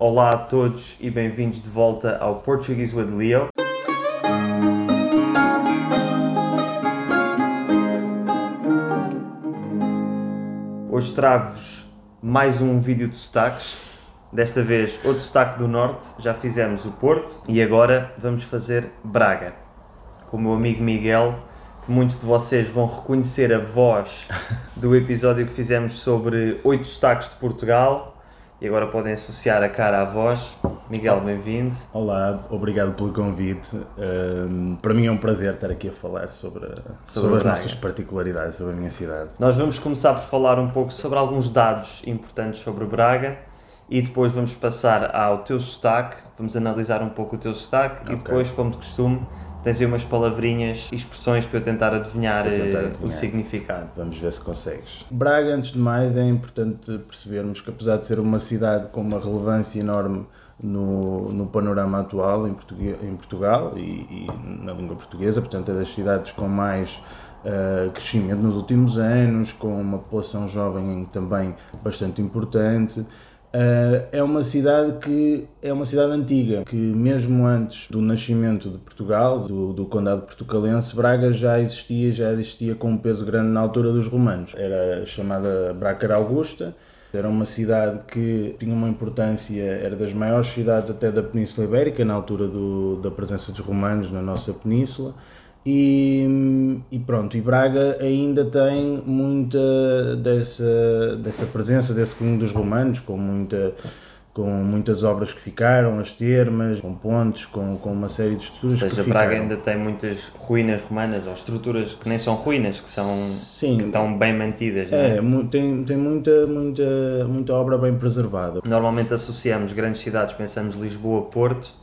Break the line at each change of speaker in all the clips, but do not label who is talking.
Olá a todos e bem-vindos de volta ao Portuguese with Leo. Hoje trago-vos mais um vídeo de sotaques. Desta vez o destaque do Norte, já fizemos o Porto e agora vamos fazer Braga. Com o meu amigo Miguel, que muitos de vocês vão reconhecer a voz do episódio que fizemos sobre oito sotaques de Portugal e agora podem associar a cara à voz. Miguel, bem-vindo.
Olá, obrigado pelo convite. Ahm, para mim é um prazer estar aqui a falar sobre, sobre, as
Braga.
nossas particularidades, sobre a minha cidade.
Nós vamos começar por falar um pouco sobre alguns dados importantes sobre Braga e depois vamos passar ao teu sotaque, vamos analisar um pouco o teu sotaque e
Ok.
depois, como de costume, tens aí umas palavrinhas e expressões para eu tentar adivinhar,
Para tentar
eh, o
adivinhar.
significado.
Vamos ver se consegues. Braga, antes de mais, é importante percebermos que, apesar de ser uma cidade com uma relevância enorme no, no panorama atual em, Portugue- em Portugal e, e na língua portuguesa, portanto, é das cidades com mais eh, crescimento nos últimos anos, com uma população jovem também bastante importante. Eh, é uma cidade que é uma cidade antiga, que mesmo antes do nascimento de Portugal, do, do condado portucalense, Braga já existia, já existia com um peso grande na altura dos romanos. Era chamada Bracara Augusta, era uma cidade que tinha uma importância, era das maiores cidades até da Península Ibérica, na altura do- da presença dos romanos na nossa península. E, e pronto, e Braga ainda tem muita dessa, dessa presença, desse cunho dos romanos, com, muita, com muitas obras que ficaram, as termas, com pontes, com, com uma série de
Ou
estruturas
seja,
que
Braga
ficaram.
ainda tem muitas ruínas romanas ou estruturas que nem são ruínas, que são
Sim,
que estão bem mantidas. não é?
é, mu- tem, tem muita, muita, muita obra bem preservada.
Normalmente associamos grandes cidades, pensamos Lisboa, Porto.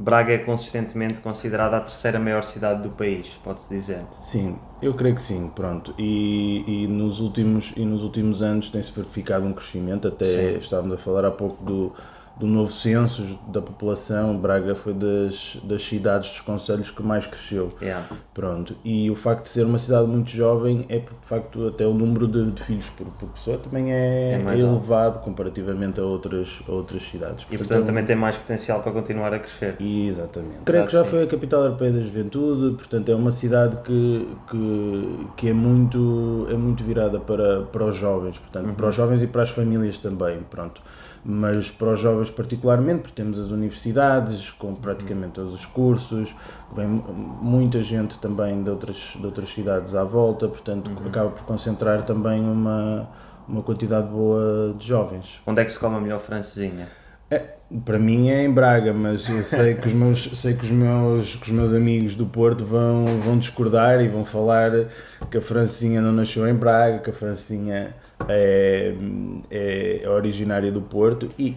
Braga é consistentemente considerada a terceira maior cidade do país, pode-se dizer.
Sim, eu creio que sim, pronto. E, e, nos, últimos, e nos últimos anos tem-se verificado um crescimento, até estávamos a falar há pouco do, do novo censo da população. Braga foi das, das cidades dos conselhos que mais cresceu.
Yeah.
Pronto, e o facto de ser uma cidade muito jovem é porque, de facto, até o número de, de filhos por, por pessoa também é,
É mais alto.
elevado comparativamente a outras, a outras cidades.
E
é
portanto
um-
também tem mais potencial para continuar a crescer.
Exatamente. Creio que já
sim.
foi a capital europeia da juventude, portanto é uma cidade que, que, que é, muito, é muito virada para, para os jovens, portanto, para os jovens e para as famílias também, pronto. Mas para os jovens particularmente, porque temos as universidades, com praticamente todos os cursos, vem mu- muita gente também de outras, de outras cidades à volta, portanto acaba por concentrar também uma, uma quantidade boa de jovens.
Onde é que se come a melhor francesinha?
É, para mim é em Braga, mas eu sei que os meus, sei que os meus, que os meus amigos do Porto vão, vão discordar e vão falar que a Francinha não nasceu em Braga, que a Francinha é, é originária do Porto e,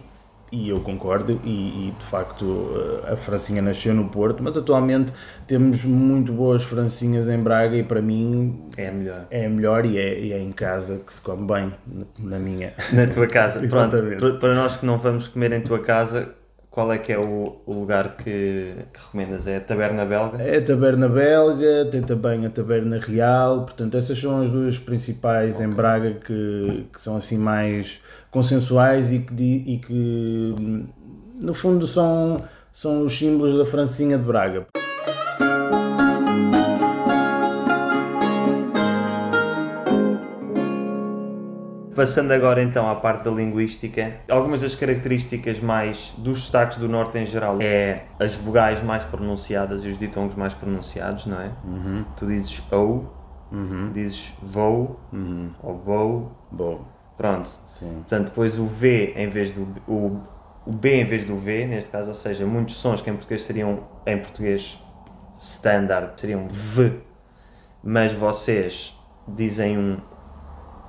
e eu concordo e, e, de facto a Francinha nasceu no Porto, mas atualmente temos muito boas Francinhas em Braga e para mim
É a melhor.
é a melhor e é, e é em casa que se come bem, na minha.
Na tua casa. Pronto,
Exatamente.
para- para nós que não vamos comer em tua casa, qual é que é o, o lugar que, que recomendas? É a Taberna Belga?
É a Taberna Belga, tem também a Taberna Real, portanto, essas são as duas principais em Braga que, que são assim mais consensuais e que, di- e que hum, no fundo são, são os símbolos da Francinha de Braga.
Passando agora então à parte da linguística, algumas das características mais dos sotaques do norte em geral é as vogais mais pronunciadas e os ditongos mais pronunciados, não é? Tu dizes ou, dizes vou ou vou,
Bom,
pronto.
sim.
Portanto, depois o V em vez do o, o B em vez do V, neste caso, ou seja, muitos sons que em português seriam em português standard seriam V, mas vocês dizem um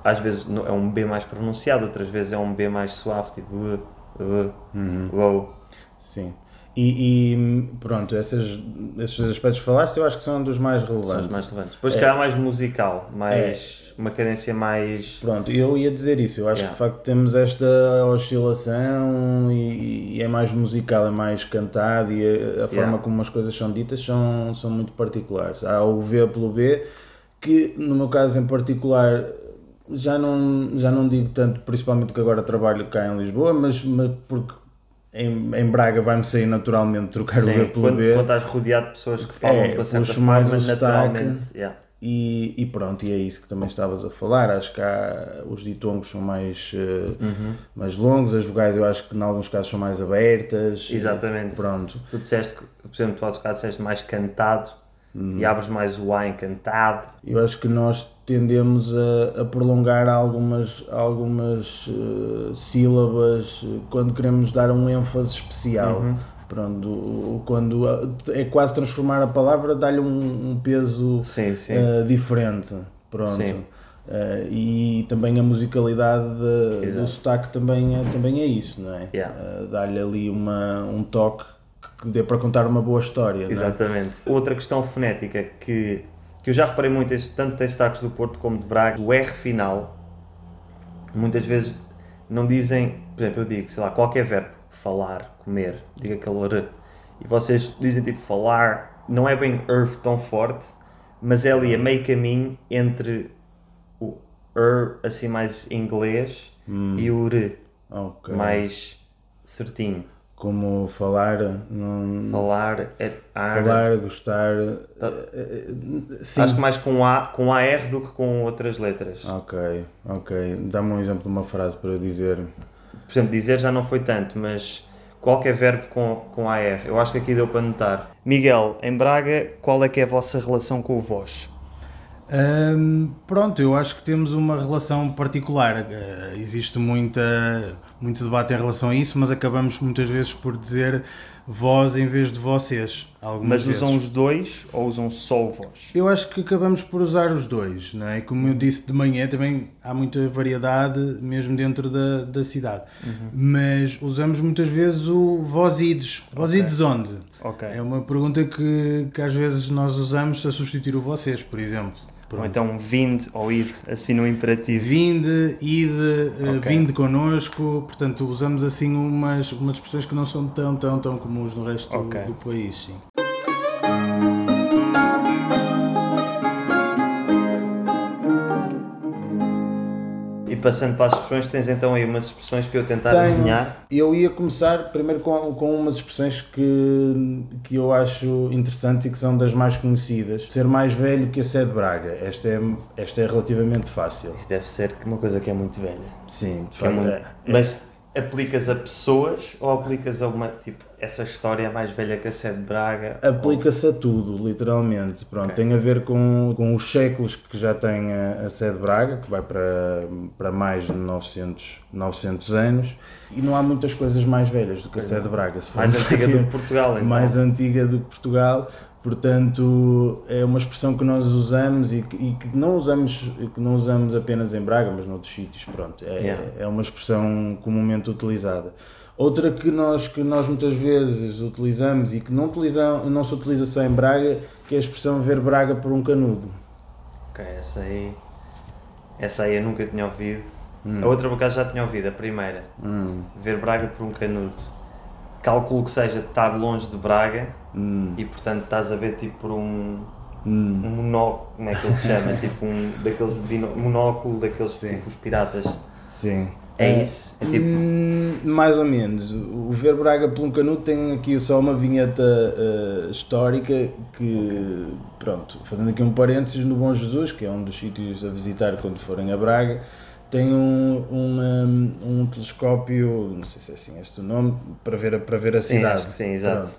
às vezes no- é um B mais pronunciado, outras vezes é um B mais suave, tipo V, V,
Uhum.
low.
Sim. E, e, hum, pronto, essas, esses dois aspectos que falaste eu acho que são dos mais
São os
relevantes.
mais relevantes.
É.
Depois, se calhar, mais musical, mais uma cadência mais.
Pronto, eu ia dizer isso. Eu acho
Yeah.
que de facto temos esta oscilação e, e é mais musical, é mais cantado e a, a forma como as coisas são ditas são, são muito particulares. Há o V pelo B, que no meu caso em particular já não, já não digo tanto, principalmente que agora trabalho cá em Lisboa, mas, mas porque em, em Braga vai-me sair naturalmente trocar o B
Sim,
pelo
quando,
B.
quando estás rodeado de pessoas que falam
É,
de uma certa
puxo mais
forma,
o sotaque.
naturalmente. yeah.
E, e pronto, e é isso que também estavas a falar. Acho que há, os ditongos são mais, eh, mais longos, as vogais eu acho que em alguns casos são mais abertas. e
Exatamente.
pronto.
Tu disseste, que, por exemplo, tu ao tocar disseste mais cantado e abres mais o A em cantado.
Eu acho que nós tendemos a, a prolongar algumas, algumas eh, sílabas eh, quando queremos dar um ênfase especial. Pronto, o- o- quando a- é quase transformar a palavra, dá-lhe um, um peso
Sim, sim.
eh, diferente. Pronto.
Sim.
Eh, e também a musicalidade de- do
Exato.
sotaque também é, também é isso, não é?
Yeah.
Eh, Dar-lhe ali uma, um toque que dê para contar uma boa história. não é?
Exatamente. Outra questão fonética que, que eu já reparei muito, este- tanto em sotaques do Porto como de Braga, o R final, muitas vezes não dizem, por exemplo, eu digo, sei lá, qualquer verbo, falar, comer, diga calor, e vocês dizem tipo falar, não é bem earth tão forte, mas é ali a meio caminho entre o er, assim mais inglês, e o re,
Hum. Ok.
mais certinho.
Como falar, não,
Falar, é ar,
falar, gostar. eh, eh, Sim.
Tá.
Ah.
Acho que mais com A, com AR do que com outras letras.
Ok, ok. Dá-me um exemplo de uma frase para eu dizer.
Por exemplo, dizer já não foi tanto, mas qualquer verbo com, com AR. Eu acho que aqui deu para notar. Miguel, em Braga, qual é que é a vossa relação com o vós?
Hum, pronto, eu acho que temos uma relação particular. Eh, existe muita, muito debate em relação a isso, mas acabamos muitas vezes por dizer vós em vez de vocês.
Um
Algumas
Mas
vezes.
usam os dois ou usam só o vós?
Eu acho que acabamos por usar os dois, não é? Como eu disse de manhã, também há muita variedade, mesmo dentro da, da cidade.
Uhum.
Mas usamos muitas vezes o vós ides. Vós ides onde?
Ok.
um
É uma pergunta que, que às vezes nós usamos a substituir o vocês, por um exemplo.
Ou então vinde ou id, assim no imperativo.
Vinde, ide, eh,
Ok.
vinde connosco, portanto usamos assim umas, umas expressões que não são tão, tão, tão comuns no resto do-
Ok.
do, país. Sim.
E passando para as expressões, tens então aí umas expressões para eu tentar
Tenho.
adivinhar.
Eu ia começar primeiro com, com umas expressões que, que eu acho interessantes e que são das mais conhecidas. Ser mais velho que a sede de Braga. Esta é, esta é relativamente fácil.
Isto deve ser uma coisa que é muito velha.
Sim, de
Que é
facto,
muito-
é.
Mas aplicas a pessoas ou aplicas a uma, tipo, essa história é mais velha que a sede de Braga?
É, Aplica-se a tudo, literalmente. Pronto,
Ok.
Tem a ver com, com os séculos que já tem a, a sede de Braga, que vai para, para mais de 900, 900 anos, e não há muitas coisas mais velhas do que a sede de Braga. Se
Mais
formos
antiga
a ver.
do que Portugal, então.
mais antiga do que Portugal. Portanto, é uma expressão que nós usamos e que, e que não usamos e que não usamos apenas em Braga, mas noutros sítios, pronto. É,
Yeah.
é uma expressão comumente utilizada. Outra que nós que nós muitas vezes utilizamos e que não utilizam, não se utiliza só em Braga, que é a expressão ver Braga por um canudo.
Ok, essa aí. Essa aí eu nunca tinha ouvido. A outra por acaso já tinha ouvido, a primeira. Ver Braga por um canudo. Calculo que seja de estar longe de Braga e portanto estás a ver tipo por um. Um monóculo, como é que ele se chama? tipo um daqueles bino- monóculo daqueles tipo os piratas.
Sim.
É isso? É tipo.
Hum, mais ou menos. O Ver Braga por um Canudo tem aqui só uma vinheta eh, histórica que, pronto, fazendo aqui um parênteses, no Bom Jesus, que é um dos sítios a visitar quando forem a Braga, tem um, uma- um telescópio, não sei se é assim este o nome, para ver, a- para ver a
Sim,
cidade.
acho que sim, exato.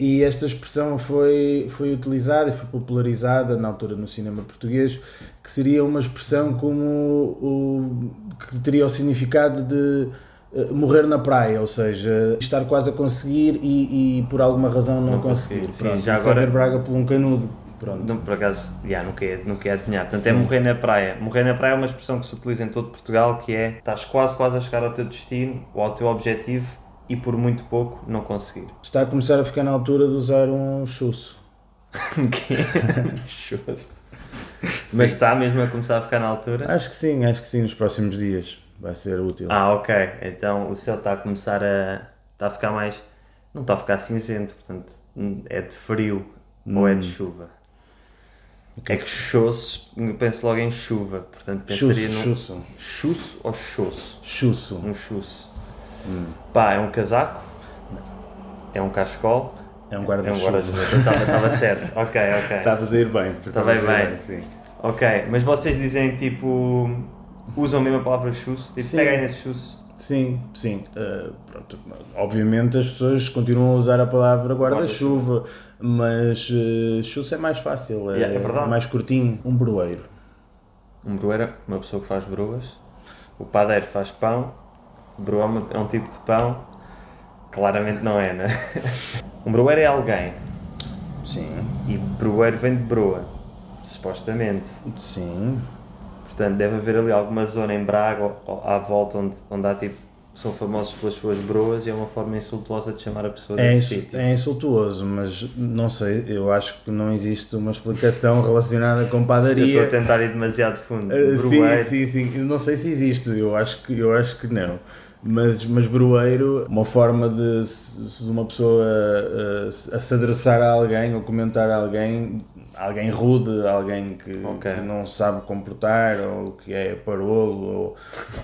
E esta expressão foi, foi utilizada e foi popularizada na altura no cinema português, que seria uma expressão como o, que teria o significado de eh, morrer na praia, ou seja, estar quase a conseguir e, e por alguma razão não,
Não conseguir,
conseguir.
sim,
Pronto,
já
isso é
agora-
ver Braga por um canudo. Pronto.
Não, por acaso, já, nunca, ia, nunca ia adivinhar. Portanto, é morrer na praia. Morrer na praia é uma expressão que se utiliza em todo Portugal, que é estás quase, quase a chegar ao teu destino ou ao teu objetivo e por muito pouco não conseguir.
Está a começar a ficar na altura de usar um chusso.
Que é lixoso. Mas está mesmo a começar a ficar na altura?
Acho que sim, acho que sim, nos próximos dias vai ser útil.
Ah, ok. Então o céu está a começar a... está a ficar mais... não está a ficar cinzento, portanto é de frio ou é de chuva. É que choço, penso logo em chuva, portanto
chusso,
pensaria num...
chusso.
Chusso ou Hum. choço?
Chusso.
Um chusso. Pá, é um casaco? É um cachecol.
É um
É um
guarda-chuva.
guarda-chuva. Estava estava certo. Ok, ok.
Está a fazer bem.
Está bem,
a fazer
bem.
sim.
Ok, mas vocês dizem tipo. Usam mesmo a palavra chus, tipo,
Sim.
pega aí nesse chus.
Sim, sim. eh, pronto. Obviamente as pessoas continuam a usar a palavra guarda-chuva, mas uh, chuça é mais fácil, é,
Yeah, é verdade.
mais curtinho. Um broeiro.
Um broeiro, uma pessoa que faz broas. O padeiro faz pão. Broa é uma- é um tipo de pão. Claramente não é, né? Um broeiro é alguém.
Sim.
E broeiro vem de broa. Supostamente.
Sim.
Portanto, deve haver ali alguma zona em Braga ou- ou à volta onde, onde há tipo. São famosos pelas suas broas e é uma forma insultuosa de chamar a pessoa
É,
desse
insu-
sítio.
é insultuoso, mas não sei, eu acho que não existe uma explicação relacionada com
Eu estou a
padaria.
tentar ir demasiado fundo.
Eh, sim,
Broeiro.
sim, sim. Eu não sei se existe, eu acho que, eu acho que não. Mas, mas broeiro, uma forma de, se- se uma pessoa eh, se- a se adressar a alguém ou comentar a alguém, alguém rude, alguém que,
Ok.
que não sabe comportar ou que é parolo, ou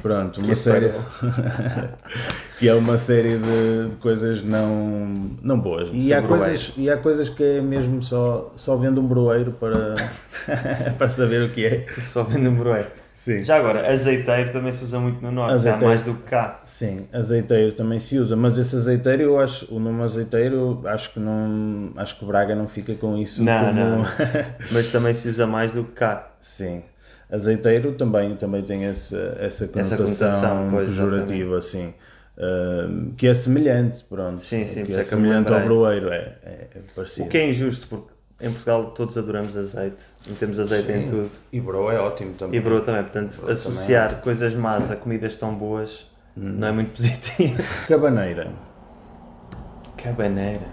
pronto, uma
é
série. que é uma série de de coisas não, não boas. E há,
broeiro.
coisas, e há coisas que é mesmo só, só vendo um broeiro para, para saber o que é.
Só vendo um broeiro.
Sim.
Já agora, azeiteiro também se usa muito no norte,
Azeiteiro.
há mais do que cá.
Sim, azeiteiro também se usa, mas esse azeiteiro eu acho, o nome azeiteiro, acho que não, acho que o Braga não fica com isso
Não,
como-
não, não. Mas também se usa mais do que cá.
Sim. Azeiteiro também, também tem essa, essa
Essa
conotação,
conotação, pois,
pejorativa, assim, Ahm, que é semelhante, pronto.
Sim, sim, por
que
isso
é
é que eu me
semelhante ao
lembrei.
broeiro, é, é, é parecido.
O que é injusto, porque em Portugal todos adoramos azeite. E temos azeite em tudo.
E bro é ótimo também. é.
E broa também. Portanto, associar coisas más a comidas tão boas
Hum.
não é muito positivo.
Cabaneira.
Cabaneira.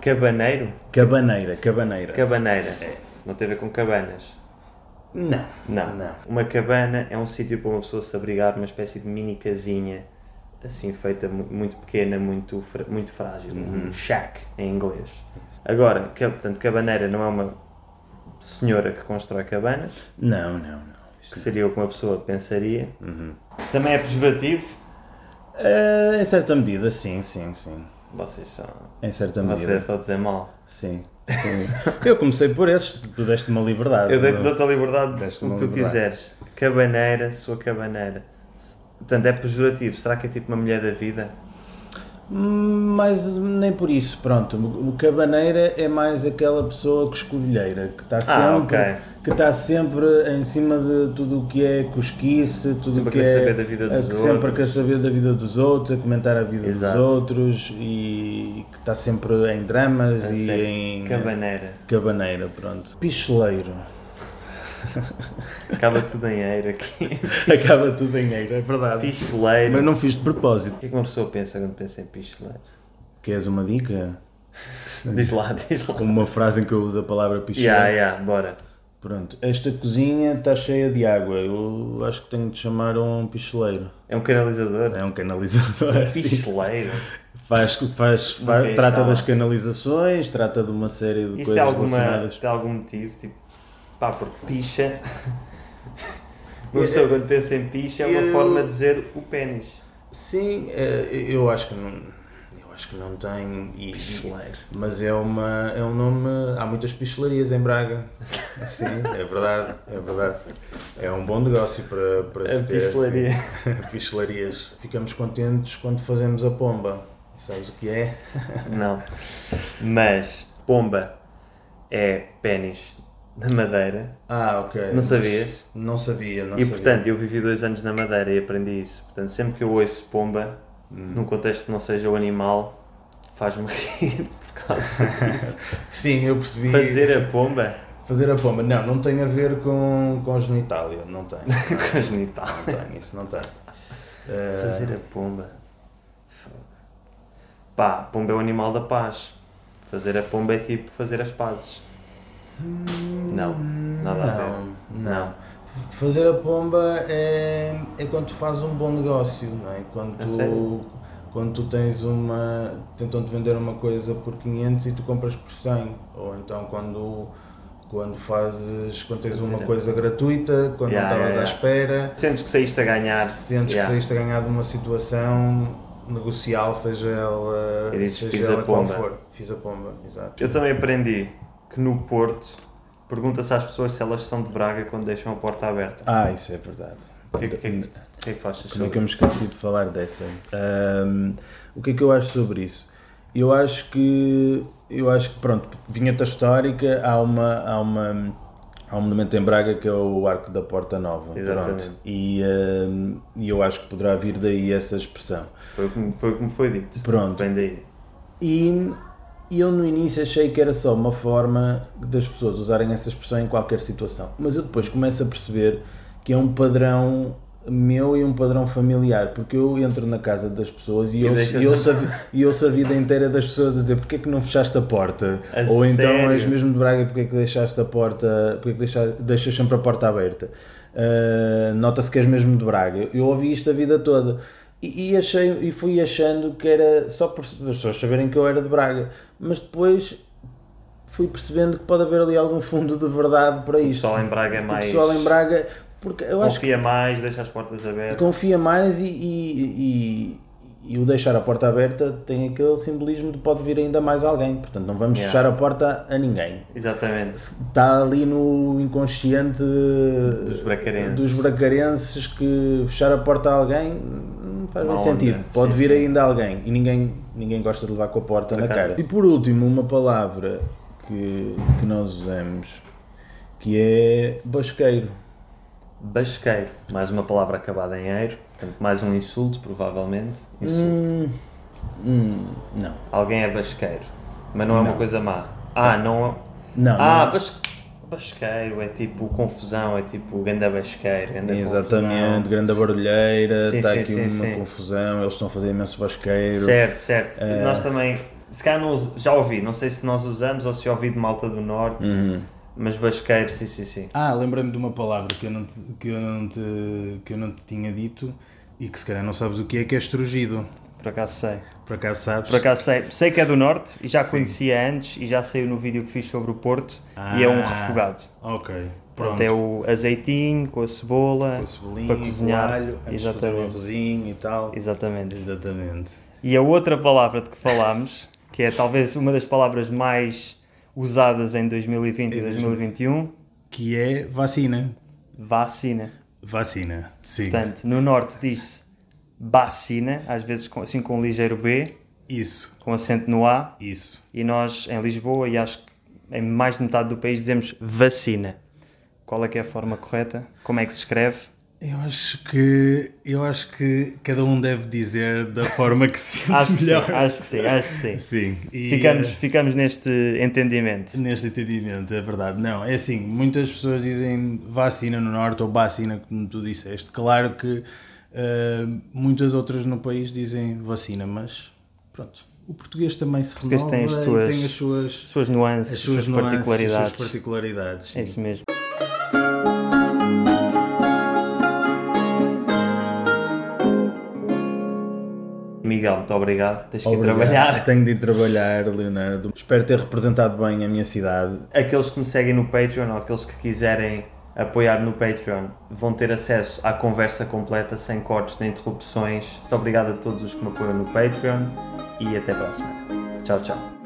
Cabaneiro?
Cabaneira, cabaneira.
Cabaneira. Não tem a ver com cabanas.
Não.
Não.
Não.
Uma cabana é um sítio para uma pessoa se abrigar, uma espécie de mini casinha, assim feita mu- muito pequena, muito, fra- muito frágil. Um shack em inglês. Agora, ca- portanto, cabaneira não é uma senhora que constrói cabanas,
Não, não, não. Isso-
que seria o que uma pessoa pensaria. Também é pejorativo.
Ah, em certa medida, sim, sim, sim.
Vocês são.
Em certa
Vocês
medida.
é só dizer mal.
Sim. sim. Eu comecei por esses, tu deste-me a liberdade.
Eu dei-
não?
dou-te a liberdade
Deste
o que
uma
tu
liberdade.
quiseres. Cabaneira, sua cabaneira. Se- Portanto, é pejorativo. Será que é tipo uma mulher da vida?
Hum, Mas nem por isso, pronto. O o cabaneira é mais aquela pessoa coscovilheira que está sempre,
Ah, ok.
que está sempre em cima de tudo o que é cosquice, tudo
Sempre
o que
a
é
querer saber da vida
a-
dos
sempre a
outros.
querer saber da vida dos outros, a comentar a vida
Exato.
dos outros e que está sempre em dramas
Ah,
e
sim.
em
Cabaneira.
cabaneira, pronto. Picheleiro.
Acaba tudo em eiro aqui.
Acaba tudo em eiro, é verdade.
Picheleiro.
Mas não fiz de propósito.
O que é que uma pessoa pensa quando pensa em picheleiro?
Queres uma dica?
Diz lá, diz lá.
Com uma frase em que eu uso a palavra picheleiro.
Ya, ya, bora.
Pronto, esta cozinha está cheia de água. Eu acho que tenho de chamar um picheleiro.
É um canalizador.
É um canalizador. Sim.
Picheleiro. Um
Faz, faz,
Ok,
faz- trata
está
das
lá.
canalizações, trata de uma série de
Isto
coisas
tem, alguma,
relacionadas.
tem algum motivo? Tipo, pá, porque picha. Uma pessoa quando pensa em picha é uma
Eu-
forma de dizer o pênis.
Sim, eh, eu acho que não. Eu acho que não tenho. E,
Picheleiro.
mas é, uma, é um nome. Há muitas pichelarias em Braga. Sim, é verdade. É verdade. É um bom negócio para, para
A
se ter. assim.
pichelaria.
Pichelarias. Ficamos contentes quando fazemos a pomba. Sabes o que é?
Não. Mas, pomba é pênis na madeira.
Ah, ok.
Não sabias?
Não sabia, não
E
sabia.
portanto, eu vivi dois anos na Madeira e aprendi isso. Portanto, sempre que eu ouço pomba, num contexto que não seja o animal, faz-me rir por causa disso.
Sim, eu percebi.
Fazer a pomba
Fazer a pomba. Não, não tem a ver com, com genitália. Não tem.
com a genital.
Não tem, isso não tem. Eh,
Fazer a pomba. Fogo. Pá, pomba é o animal da paz. Fazer a pomba é tipo fazer as pazes. Não, nada a ver.
Não, não. Fazer a pomba é, é quando tu fazes um bom negócio, não é? Quando
A sério?
tu, quando tu tens uma. tentam-te vender uma coisa por 500 e tu compras por 100. Ou então quando, quando fazes. quando tens
Fazer
uma
a-
coisa gratuita, quando
Yeah,
não estavas
yeah,
à espera,
Sentes que saíste a ganhar.
sentes
Yeah.
que saíste a ganhar de uma situação. negocial, seja ela,
Eu disse,
seja
"Fiz a
ela qual
pomba."
for. Fiz a pomba, exato.
Eu também aprendi que no Porto pergunta-se às pessoas se elas são de Braga quando deixam a porta aberta.
Ah, isso é verdade.
O que, é que- o que é que- o que é que tu achas
Como é
sobre
que eu me
isso?
esqueci de falar dessa? Ahm, o que é que eu acho sobre isso? Eu acho que eu acho que pronto, vinheta histórica, há uma há uma há um monumento em Braga que é o Arco da Porta Nova.
Exatamente.
pronto. E ahm, e eu acho que poderá vir daí essa expressão.
Foi o que me- foi o que me foi dito.
Pronto.
Vem daí.
E eu no início achei que era só uma forma das pessoas usarem essa expressão em qualquer situação. Mas eu depois começo a perceber que é um padrão meu e um padrão familiar, porque eu entro na casa das pessoas e, eu ouço,
deixas
e, ouço a, vi- e ouço a vida inteira das pessoas a dizer porque é que não fechaste a porta?
A
Ou então és
sério?
mesmo de Braga, porque é que deixaste a porta, porque é que deixa- deixas sempre a porta aberta? Ah, Nota-se que és mesmo de Braga. Eu ouvi isto a vida toda e, e achei, e fui achando que era só por as pessoas saberem que eu era de Braga, mas depois fui percebendo que pode haver ali algum fundo de verdade para
O
isto.
pessoal em Braga é
O
mais.
pessoal em Braga, porque eu acho que
confia mais, deixa as portas abertas.
confia mais e, e- e- e o deixar a porta aberta tem aquele simbolismo de pode vir ainda mais alguém. Portanto, não vamos
Yeah.
fechar a porta a ninguém.
Exatamente.
Está Tá ali no inconsciente
Dos bracarenses.
dos bracarenses que fechar a porta a alguém não faz
Uma
bem
onda.
sentido. Pode
Sim,
vir
sim.
ainda alguém e ninguém, ninguém gosta de levar com a porta na
acaso.
cara. E por último, uma palavra que, que nós usamos que é basqueiro.
Basqueiro. Mais uma palavra acabada em eiro. Portanto, mais um insulto, provavelmente. Insulto.
Hum, hum, não.
Alguém é basqueiro. Mas não é uma coisa má. Ah, não é.
Não,
Ah,
não.
bas... basqueiro é tipo confusão, é tipo ganda basqueiro, ganda
Exatamente,
é confusão.
grande barulheira,
Sim,
está
sim,
aqui
sim,
uma
sim.
confusão, eles estão a fazer imenso basqueiro.
Certo, certo.
Eh,
Nós também, se calhar não us- já ouvi, não sei se nós usamos ou se ouvi de Malta do Norte,
Uhum.
mas basqueiro, sim, sim, sim.
Ah, lembrei-me de uma palavra que eu, não te, que, eu não te, que eu não te tinha dito e que se calhar não sabes o que é, que é estrugido.
Por acaso sei.
Por acaso sabes?
Por acaso sei. Sei que é do Norte e já conhecia antes e já saiu no vídeo que fiz sobre o Porto e é um
Ah,
refogado.
Ok, pronto.
Pronto, é o azeitinho com a cebola,
Com a cebolinha,
para cozinhar.
com o alho, antes de fazer o
Exatamente.
arrozinho e tal.
Exatamente.
Exatamente.
E a outra palavra de que falámos, que é talvez uma das palavras mais usadas em 2020 e 2021,
Que é vacina.
vacina.
Vacina, sim.
Portanto, no norte diz-se vacina, às vezes com- assim com um ligeiro B,
Isso,
com acento no A,
isso.
e nós em Lisboa e acho que em mais de metade do país dizemos vacina. Qual é que é a forma correta? Como é que se escreve?
Eu acho que eu acho que cada um deve dizer da forma que se sente
Acho que sim,
melhor.
acho que sim, acho que sim.
sim. E,
Ficamos,
eh,
ficamos neste entendimento.
neste entendimento, é verdade. Não, é assim, muitas pessoas dizem vacina no norte ou vacina, como tu disseste. Claro que eh, muitas outras no país dizem vacina, mas pronto. O português também se
português
renova
tem as
e
suas-
tem as suas,
Suas nuances,
as
suas,
suas, nuances, as
particularidades.
suas particularidades.
É isso mesmo. Miguel, muito obrigado. Tens que ir
Obrigado.
trabalhar.
Tenho de ir trabalhar, Leonardo. Espero ter representado bem a minha cidade.
Aqueles que me seguem no Patreon ou aqueles que quiserem apoiar no Patreon vão ter acesso à conversa completa, sem cortes nem interrupções. Muito obrigado a todos os que me apoiam no Patreon e até para a semana. Tchau, tchau.